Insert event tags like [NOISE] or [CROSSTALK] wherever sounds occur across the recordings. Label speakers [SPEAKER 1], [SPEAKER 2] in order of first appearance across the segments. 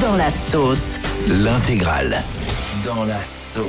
[SPEAKER 1] Dans la sauce.
[SPEAKER 2] L'intégrale. Dans la sauce.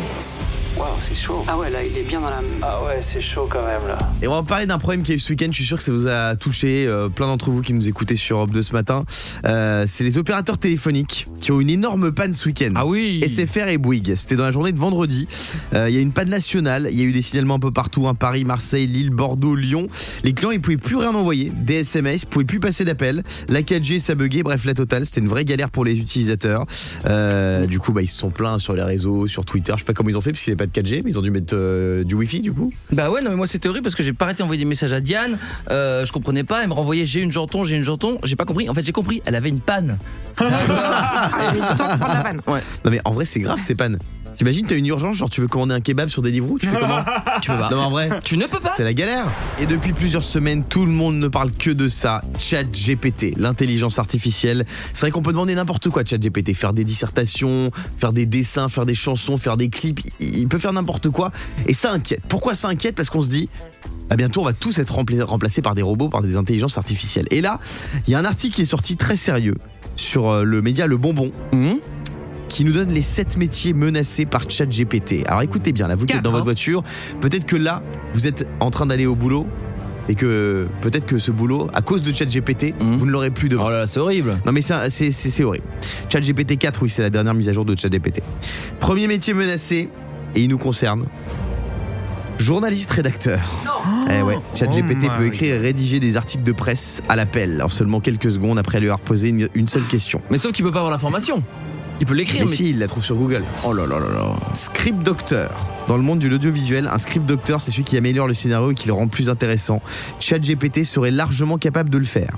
[SPEAKER 3] Waouh, c'est chaud.
[SPEAKER 4] Ah ouais, là, il est bien dans la.
[SPEAKER 3] Ah ouais, c'est chaud quand même là.
[SPEAKER 5] Et on va parler d'un problème qui a eu ce week-end, je suis sûr que ça vous a touché, euh, plein d'entre vous qui nous écoutez sur Europe 2 ce matin. Euh, c'est les opérateurs téléphoniques qui ont une énorme panne ce week-end.
[SPEAKER 6] oui
[SPEAKER 5] SFR et Bouygues, c'était dans la journée de vendredi. Euh, Il y a eu une panne nationale, il y a eu des signalements un peu partout, hein, Paris, Marseille, Lille, Bordeaux, Lyon. Les clients, ils pouvaient plus rien envoyer, des SMS, ils pouvaient plus passer d'appels. La 4G, ça buguait, bref, la totale, c'était une vraie galère pour les utilisateurs. Euh, du coup, bah, ils se sont plaints sur les réseaux, sur Twitter, je sais pas comment ils ont fait, parce qu'il n'y avait pas de 4G, mais ils ont dû mettre euh, du Wi-Fi du coup.
[SPEAKER 6] Bah ouais, non, mais moi c'était horrible parce que j'ai pas arrêté d'envoyer des messages à Diane. Euh, je comprenais pas. Elle me renvoyait j'ai une janton, j'ai une janton. J'ai pas compris. En fait, j'ai compris. Elle avait une panne.
[SPEAKER 7] Ah, j'ai eu le temps de prendre la panne.
[SPEAKER 5] Non mais en vrai c'est grave ces pannes. T'imagines t'as une urgence genre tu veux commander un kebab sur Deliveroo tu fais comment
[SPEAKER 6] [LAUGHS] Tu peux pas.
[SPEAKER 5] Non en vrai
[SPEAKER 6] Tu ne peux pas.
[SPEAKER 5] c'est la galère. Et depuis plusieurs semaines tout le monde ne parle que de ça. Chat GPT, l'intelligence artificielle. C'est vrai qu'on peut demander n'importe quoi à Chat GPT, faire des dissertations, faire des dessins, faire des chansons, faire des clips. Il il peut faire n'importe quoi et ça inquiète. Pourquoi ça inquiète Parce qu'on se dit à bientôt, on va tous être rempla- remplacés par des robots, par des intelligences artificielles. Et là, il y a un article qui est sorti très sérieux sur euh, le média Le Bonbon
[SPEAKER 6] Mhm.
[SPEAKER 5] qui nous donne les 7 métiers menacés par ChatGPT. Alors écoutez bien, là vous qui êtes
[SPEAKER 6] Quatre,
[SPEAKER 5] dans
[SPEAKER 6] hein.
[SPEAKER 5] votre voiture, peut-être que là vous êtes en train d'aller au boulot et que peut-être que ce boulot, à cause de ChatGPT,
[SPEAKER 6] Mhm.
[SPEAKER 5] vous ne l'aurez plus demain.
[SPEAKER 6] Oh là là, c'est horrible.
[SPEAKER 5] Non mais ça, c'est c'est- c'est horrible. ChatGPT 4, oui, c'est la dernière mise à jour de ChatGPT. Premier métier menacé, et il nous concerne. Journaliste rédacteur. Eh ouais, ChatGPT
[SPEAKER 8] Oh
[SPEAKER 5] peut
[SPEAKER 8] my
[SPEAKER 5] écrire et rédiger des articles de presse à l'appel en seulement quelques secondes après lui avoir posé une, une seule question.
[SPEAKER 6] Mais sauf qu'il peut pas avoir l'information. Il peut l'écrire,
[SPEAKER 5] mais
[SPEAKER 6] mais.
[SPEAKER 5] si, il la trouve sur Google.
[SPEAKER 6] Oh là là là là.
[SPEAKER 5] Script docteur. Dans le monde de l'audiovisuel, un script docteur, c'est celui qui améliore le scénario et qui le rend plus intéressant. ChatGPT serait largement capable de le faire.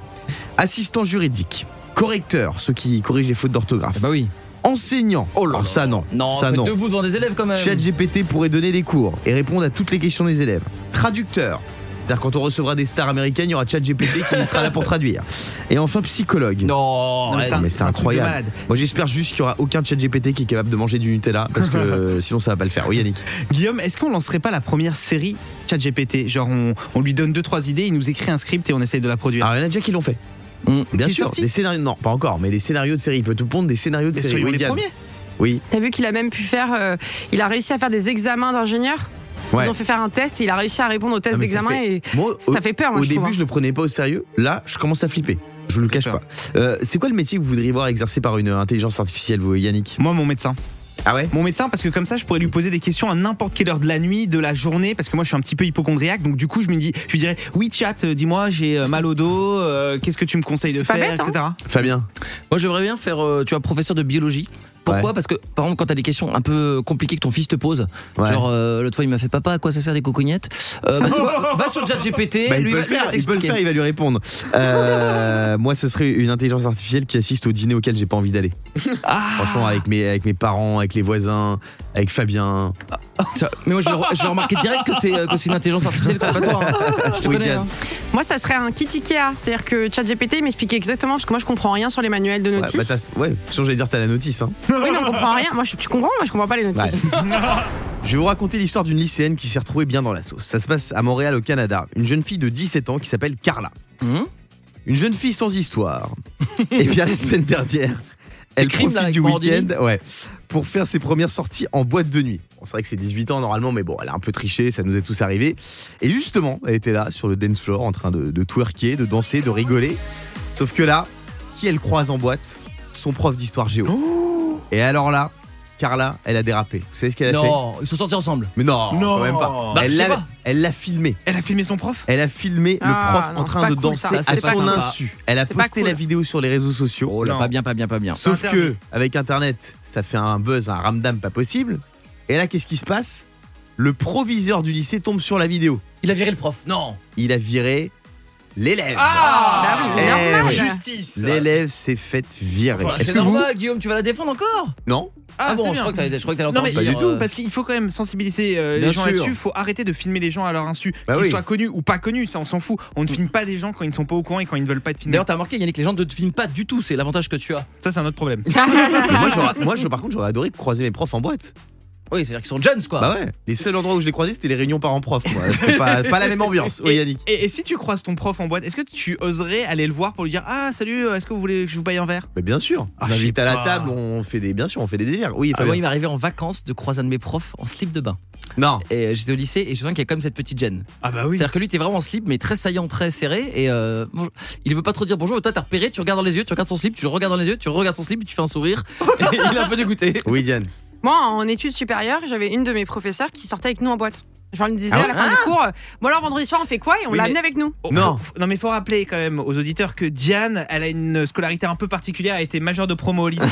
[SPEAKER 5] Assistant juridique. Correcteur, ceux qui corrigent les fautes d'orthographe.
[SPEAKER 6] Bah oui.
[SPEAKER 5] Enseignant.
[SPEAKER 6] Oh là
[SPEAKER 5] Alors
[SPEAKER 6] là.
[SPEAKER 5] ça non.
[SPEAKER 6] Non,
[SPEAKER 5] ça
[SPEAKER 6] faut être
[SPEAKER 5] non.
[SPEAKER 6] debout devant des élèves quand même.
[SPEAKER 5] ChatGPT pourrait donner des cours et répondre à toutes les questions des élèves. Traducteur. C'est-à-dire quand on recevra des stars américaines, il y aura ChatGPT qui sera là pour traduire. Et enfin psychologue.
[SPEAKER 8] Oh,
[SPEAKER 6] Non.
[SPEAKER 5] Ouais,
[SPEAKER 6] arrête.
[SPEAKER 5] mais c'est incroyable. Moi j'espère juste qu'il n'y aura aucun ChatGPT qui est capable de manger du Nutella
[SPEAKER 8] [LAUGHS]
[SPEAKER 5] parce que euh, sinon ça va pas le faire. Oui Yannick.
[SPEAKER 8] Guillaume, est-ce qu'on lancerait pas la première série ChatGPT Genre, on, on lui donne deux trois idées, il nous écrit un script et on essaye de la produire. Mmh,
[SPEAKER 5] Alors Ah, il y en a déjà qui l'ont fait.
[SPEAKER 6] Hum,
[SPEAKER 5] Bien
[SPEAKER 8] Qui est
[SPEAKER 5] sûr.
[SPEAKER 8] sorti
[SPEAKER 5] Des scénarios. Non, pas encore, mais des scénarios de série. Il peut tout pondre des scénarios de
[SPEAKER 8] Mais
[SPEAKER 5] série.
[SPEAKER 8] soyons
[SPEAKER 5] Oui,
[SPEAKER 8] les
[SPEAKER 5] Diane.
[SPEAKER 8] premiers.
[SPEAKER 5] Oui.
[SPEAKER 7] T'as vu qu'il a même pu faire. euh, il a réussi à faire des examens d'ingénieur.
[SPEAKER 5] Ouais.
[SPEAKER 7] Ils ont fait faire un test et il a réussi à répondre au test
[SPEAKER 5] Non, mais ça
[SPEAKER 7] d'examen
[SPEAKER 5] fait-
[SPEAKER 7] et
[SPEAKER 5] Moi, au-
[SPEAKER 7] ça fait peur, moi,
[SPEAKER 5] Au
[SPEAKER 7] je
[SPEAKER 5] début,
[SPEAKER 7] trouve. hein.
[SPEAKER 5] je le prenais pas au sérieux. Là, je commence à flipper. Je vous le cache
[SPEAKER 8] peur.
[SPEAKER 5] pas. Euh, c'est quoi le métier que vous voudriez voir exercé par une euh, intelligence artificielle, vous, Yannick
[SPEAKER 8] Moi, mon médecin.
[SPEAKER 5] Ah ouais
[SPEAKER 8] Mon médecin, parce que comme ça, je pourrais lui poser des questions à n'importe quelle heure de la nuit, de la journée, parce que moi, je suis un petit peu hypochondriaque. Donc, du coup, je me dis, je lui dirais, oui, chat, euh, dis-moi, j'ai euh, mal au dos, euh, qu'est-ce que tu me conseilles de
[SPEAKER 7] C'est pas
[SPEAKER 8] faire,
[SPEAKER 7] bête, hein.
[SPEAKER 8] etc.
[SPEAKER 5] Fabien.
[SPEAKER 6] Moi, j'aimerais bien faire, euh, tu vois, professeur de biologie. Pourquoi
[SPEAKER 5] Ouais.
[SPEAKER 6] Parce que, par exemple, quand t'as des questions un peu compliquées que ton fils te pose,
[SPEAKER 5] Ouais.
[SPEAKER 6] genre euh, l'autre fois il m'a fait papa, à quoi ça sert les cocognettes Euh, bah, tu vois, Va sur ChatGPT,
[SPEAKER 5] Bah, il,
[SPEAKER 6] lui va il
[SPEAKER 5] peut le
[SPEAKER 6] va
[SPEAKER 5] faire, il peut le
[SPEAKER 6] t'expliquer.
[SPEAKER 5] faire, il va lui répondre.
[SPEAKER 6] [LAUGHS]
[SPEAKER 5] Euh, moi, ce serait une intelligence artificielle qui assiste au dîner auquel j'ai pas envie d'aller.
[SPEAKER 6] Ah.
[SPEAKER 5] Franchement, avec mes, avec mes parents, avec les voisins, avec Fabien.
[SPEAKER 6] Ça- Mais moi, je vais, re- je vais remarquer direct que c'est euh, que c'est une intelligence artificielle, que c'est pas toi. hein. Je te
[SPEAKER 5] Oui,
[SPEAKER 6] connais.
[SPEAKER 5] Diane.
[SPEAKER 6] hein.
[SPEAKER 7] Moi, ça serait un kit Ikea. C'est-à-dire que ChatGPT m'expliquait exactement, parce que moi, je comprends rien sur les manuels de
[SPEAKER 5] Ouais,
[SPEAKER 7] notices.
[SPEAKER 5] bah, t'as- ouais, sinon j'allais dire t'as la notice.
[SPEAKER 6] [LAUGHS]
[SPEAKER 5] Hein.
[SPEAKER 7] oui, mais on comprend rien. Moi, je, tu comprends Moi, je comprends pas les notices.
[SPEAKER 5] Je vais vous raconter l'histoire d'une lycéenne qui s'est retrouvée bien dans la sauce. Ça se passe à Montréal au Canada. Une jeune fille de 17 ans qui s'appelle Carla.
[SPEAKER 6] Mhm.
[SPEAKER 5] Une jeune fille sans
[SPEAKER 6] [LAUGHS]
[SPEAKER 5] histoire. Et bien la semaine dernière, elle
[SPEAKER 6] crime, là,
[SPEAKER 5] profite
[SPEAKER 6] avec
[SPEAKER 5] du week-end
[SPEAKER 6] Morandini.
[SPEAKER 5] ouais, pour faire ses premières sorties en boîte de nuit. Bon, c'est vrai que c'est 18 ans normalement, mais bon, elle a un peu triché, ça nous est tous arrivé. Et justement, elle était là sur le dance floor en train de, de twerker, de danser, de rigoler. Sauf que là, qui elle croise en boîte Son prof d'histoire géo. Et alors là, Carla, elle a dérapé. Vous savez ce qu'elle a fait
[SPEAKER 6] Oh Non, ils sont sortis ensemble.
[SPEAKER 5] mais non,
[SPEAKER 8] Non.
[SPEAKER 5] quand même pas.
[SPEAKER 6] Bah,
[SPEAKER 5] elle,
[SPEAKER 6] je sais
[SPEAKER 5] l'a,
[SPEAKER 6] pas.
[SPEAKER 5] elle l'a filmé.
[SPEAKER 8] Elle a filmé son prof
[SPEAKER 5] Elle a filmé
[SPEAKER 7] Ah,
[SPEAKER 5] le prof
[SPEAKER 7] non,
[SPEAKER 5] en train
[SPEAKER 7] pas
[SPEAKER 5] de
[SPEAKER 7] cool,
[SPEAKER 5] danser
[SPEAKER 7] ça.
[SPEAKER 5] à
[SPEAKER 6] C'est pas
[SPEAKER 5] son
[SPEAKER 6] sympa.
[SPEAKER 5] insu. Elle a
[SPEAKER 7] C'est pas
[SPEAKER 5] posté
[SPEAKER 7] cool.
[SPEAKER 5] la vidéo sur les réseaux sociaux.
[SPEAKER 6] Oh là,
[SPEAKER 8] Non.
[SPEAKER 6] pas bien, pas bien, pas bien.
[SPEAKER 5] Sauf
[SPEAKER 8] C'est
[SPEAKER 5] que
[SPEAKER 8] interdit.
[SPEAKER 5] avec Internet, ça fait un buzz, un ramdam pas possible. Et là, qu'est-ce qui se passe Le proviseur du lycée tombe sur la vidéo.
[SPEAKER 6] Il a viré le prof. Non.
[SPEAKER 5] Il a viré l'élève.
[SPEAKER 7] Bah oui,
[SPEAKER 5] Eh
[SPEAKER 7] normal.
[SPEAKER 5] oui.
[SPEAKER 8] Justice
[SPEAKER 5] l'élève s'est fait virer.
[SPEAKER 6] Enfin,
[SPEAKER 5] Est-ce
[SPEAKER 6] Ah, c'est
[SPEAKER 5] que vous
[SPEAKER 6] normal, Guillaume, tu vas la défendre encore
[SPEAKER 5] Non
[SPEAKER 6] Ah,
[SPEAKER 8] c'est
[SPEAKER 6] bon, je
[SPEAKER 8] bien.
[SPEAKER 6] crois que t'allais- je crois que t'allais
[SPEAKER 8] Non
[SPEAKER 6] encore
[SPEAKER 8] mais
[SPEAKER 6] dire.
[SPEAKER 8] du tout
[SPEAKER 6] euh,
[SPEAKER 8] parce qu'il faut quand même sensibiliser euh,
[SPEAKER 5] Bien
[SPEAKER 8] les gens
[SPEAKER 5] sûr.
[SPEAKER 8] là-dessus. Il faut arrêter de filmer les gens à leur insu,
[SPEAKER 5] Bah
[SPEAKER 8] qu'ils
[SPEAKER 5] oui.
[SPEAKER 8] soient connus ou pas connus, ça on s'en fout. On ne filme pas des gens quand ils ne sont pas au courant et quand ils ne veulent pas être filmés.
[SPEAKER 6] D'ailleurs, t'as remarqué, Yannick, les gens ne te filment pas du tout, c'est l'avantage que tu as. [LAUGHS]
[SPEAKER 8] Ça c'est un autre problème.
[SPEAKER 5] Mais moi, j'aurais- moi, je, par contre, j'aurais adoré croiser mes profs en boîte.
[SPEAKER 6] Oui, c'est-à-dire qu'ils sont jeunes, quoi.
[SPEAKER 5] Bah ouais, les seuls endroits où je l'ai croisé, c'était les réunions parents-prof. moi. C'était pas, pas la même ambiance. Oui,
[SPEAKER 8] Et-
[SPEAKER 5] Yannick.
[SPEAKER 8] Et, et si tu croises ton prof en boîte, est-ce que tu oserais aller le voir pour lui dire Ah, salut, euh, est-ce que vous voulez que je vous paye un verre
[SPEAKER 5] Mais bien sûr,
[SPEAKER 8] Ah,
[SPEAKER 5] on
[SPEAKER 8] je
[SPEAKER 5] invite
[SPEAKER 8] sais
[SPEAKER 5] à la
[SPEAKER 8] pas.
[SPEAKER 5] table, on fait des, bien sûr, on fait des délires. Oui,
[SPEAKER 6] Ah,
[SPEAKER 5] Fabien.
[SPEAKER 6] moi, il m'est arrivé en vacances de croiser un de mes profs en slip de bain.
[SPEAKER 5] Non,
[SPEAKER 6] Et euh, j'étais au lycée et je sens qu'il y a comme cette petite gêne.
[SPEAKER 8] Ah, bah oui.
[SPEAKER 6] C'est-à-dire que lui, t'es vraiment en slip, mais très saillant, très serré. Et euh, bonjour. il veut pas trop dire bonjour, mais toi, t'as repéré, tu regardes dans les yeux, tu regardes son slip, tu le regardes dans les yeux, tu regardes son slip, tu fais un sourire. [LAUGHS] Et il est un peu dégoûté.
[SPEAKER 5] oui, Diane.
[SPEAKER 7] Moi, en études supérieures, j'avais une de mes professeurs qui sortait avec nous en boîte. Genre, elle me disait
[SPEAKER 5] Ah
[SPEAKER 7] à la fin du cours, euh, bon alors vendredi soir, on fait quoi Et on
[SPEAKER 8] Oui,
[SPEAKER 7] l'a
[SPEAKER 8] mais-
[SPEAKER 7] amené avec nous.
[SPEAKER 8] Oh,
[SPEAKER 5] Non.
[SPEAKER 8] faut- faut- non, mais faut rappeler quand même aux auditeurs que Diane, elle a une scolarité un peu particulière, elle était majeure de promo au [LAUGHS] lycée,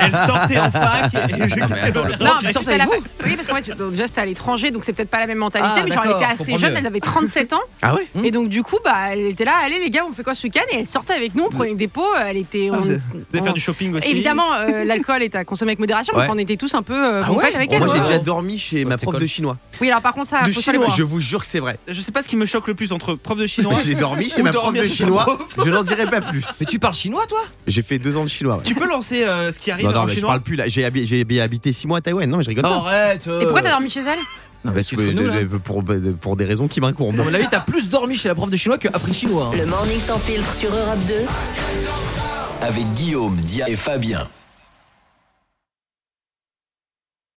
[SPEAKER 8] elle sortait en fac et je quittais dans le
[SPEAKER 6] Non,
[SPEAKER 7] mais
[SPEAKER 6] tu sortais
[SPEAKER 7] c'était
[SPEAKER 6] avec
[SPEAKER 7] la
[SPEAKER 6] vous
[SPEAKER 7] Oui, parce que moi, tu- donc, déjà, c'était à l'étranger, donc c'est peut-être pas la même mentalité,
[SPEAKER 6] Ah,
[SPEAKER 7] mais genre, elle
[SPEAKER 6] d'accord,
[SPEAKER 7] était
[SPEAKER 6] je
[SPEAKER 7] assez
[SPEAKER 6] comprends
[SPEAKER 7] jeune,
[SPEAKER 6] mieux.
[SPEAKER 7] elle avait 37 ans.
[SPEAKER 5] Ah ouais
[SPEAKER 6] Hmm.
[SPEAKER 7] Et donc, du coup, bah, elle était là, allez les gars, on fait quoi ce week-end Et elle sortait avec nous, on prenait des pots, elle était.
[SPEAKER 8] Ah,
[SPEAKER 7] on-
[SPEAKER 8] vous allez
[SPEAKER 7] on-
[SPEAKER 8] faire du shopping aussi.
[SPEAKER 7] Évidemment, euh, l'alcool est à consommer avec modération, mais
[SPEAKER 5] Ouais.
[SPEAKER 7] enfin, on était tous un peu euh,
[SPEAKER 6] Ah
[SPEAKER 7] bons
[SPEAKER 6] ouais
[SPEAKER 7] fêtes avec
[SPEAKER 6] Oh,
[SPEAKER 7] elle.
[SPEAKER 5] Moi, j'ai
[SPEAKER 7] ouais.
[SPEAKER 5] déjà dormi chez ma
[SPEAKER 6] c'était
[SPEAKER 5] prof
[SPEAKER 6] cool.
[SPEAKER 5] de chinois.
[SPEAKER 7] Oui, alors par contre, ça,
[SPEAKER 8] Du
[SPEAKER 7] faut sur les
[SPEAKER 8] chinois.
[SPEAKER 5] Je vous jure que c'est vrai.
[SPEAKER 8] Je sais pas ce qui me choque le plus entre prof de chinois.
[SPEAKER 5] [LAUGHS] J'ai dormi chez
[SPEAKER 8] Ou
[SPEAKER 5] ma prof
[SPEAKER 8] dormir
[SPEAKER 5] de
[SPEAKER 8] chez ta
[SPEAKER 5] chinois. Je n'en dirai pas plus.
[SPEAKER 6] Mais tu parles chinois, toi
[SPEAKER 5] J'ai fait deux ans de chinois. ouais.
[SPEAKER 8] tu peux lancer euh, ce qui arrive
[SPEAKER 5] Non, non,
[SPEAKER 8] en
[SPEAKER 5] mais je
[SPEAKER 8] chinois Oh.
[SPEAKER 5] parle plus là. J'ai habi- j'ai habité six mois à Taïwan. Non, mais je rigole pas.
[SPEAKER 6] Arrête. euh.
[SPEAKER 7] Et pourquoi t'as dormi chez elle
[SPEAKER 5] Non, parce
[SPEAKER 6] tu
[SPEAKER 5] que
[SPEAKER 6] te fous de nous,
[SPEAKER 5] de- de- pour, de- pour des raisons qui m'incombent.
[SPEAKER 6] Non, mais la vie, t'as plus dormi chez la prof de chinois qu'après chinois. hein.
[SPEAKER 1] Le morning sans filtre sur Europe 2.
[SPEAKER 2] Avec Guillaume, Dia et Fabien.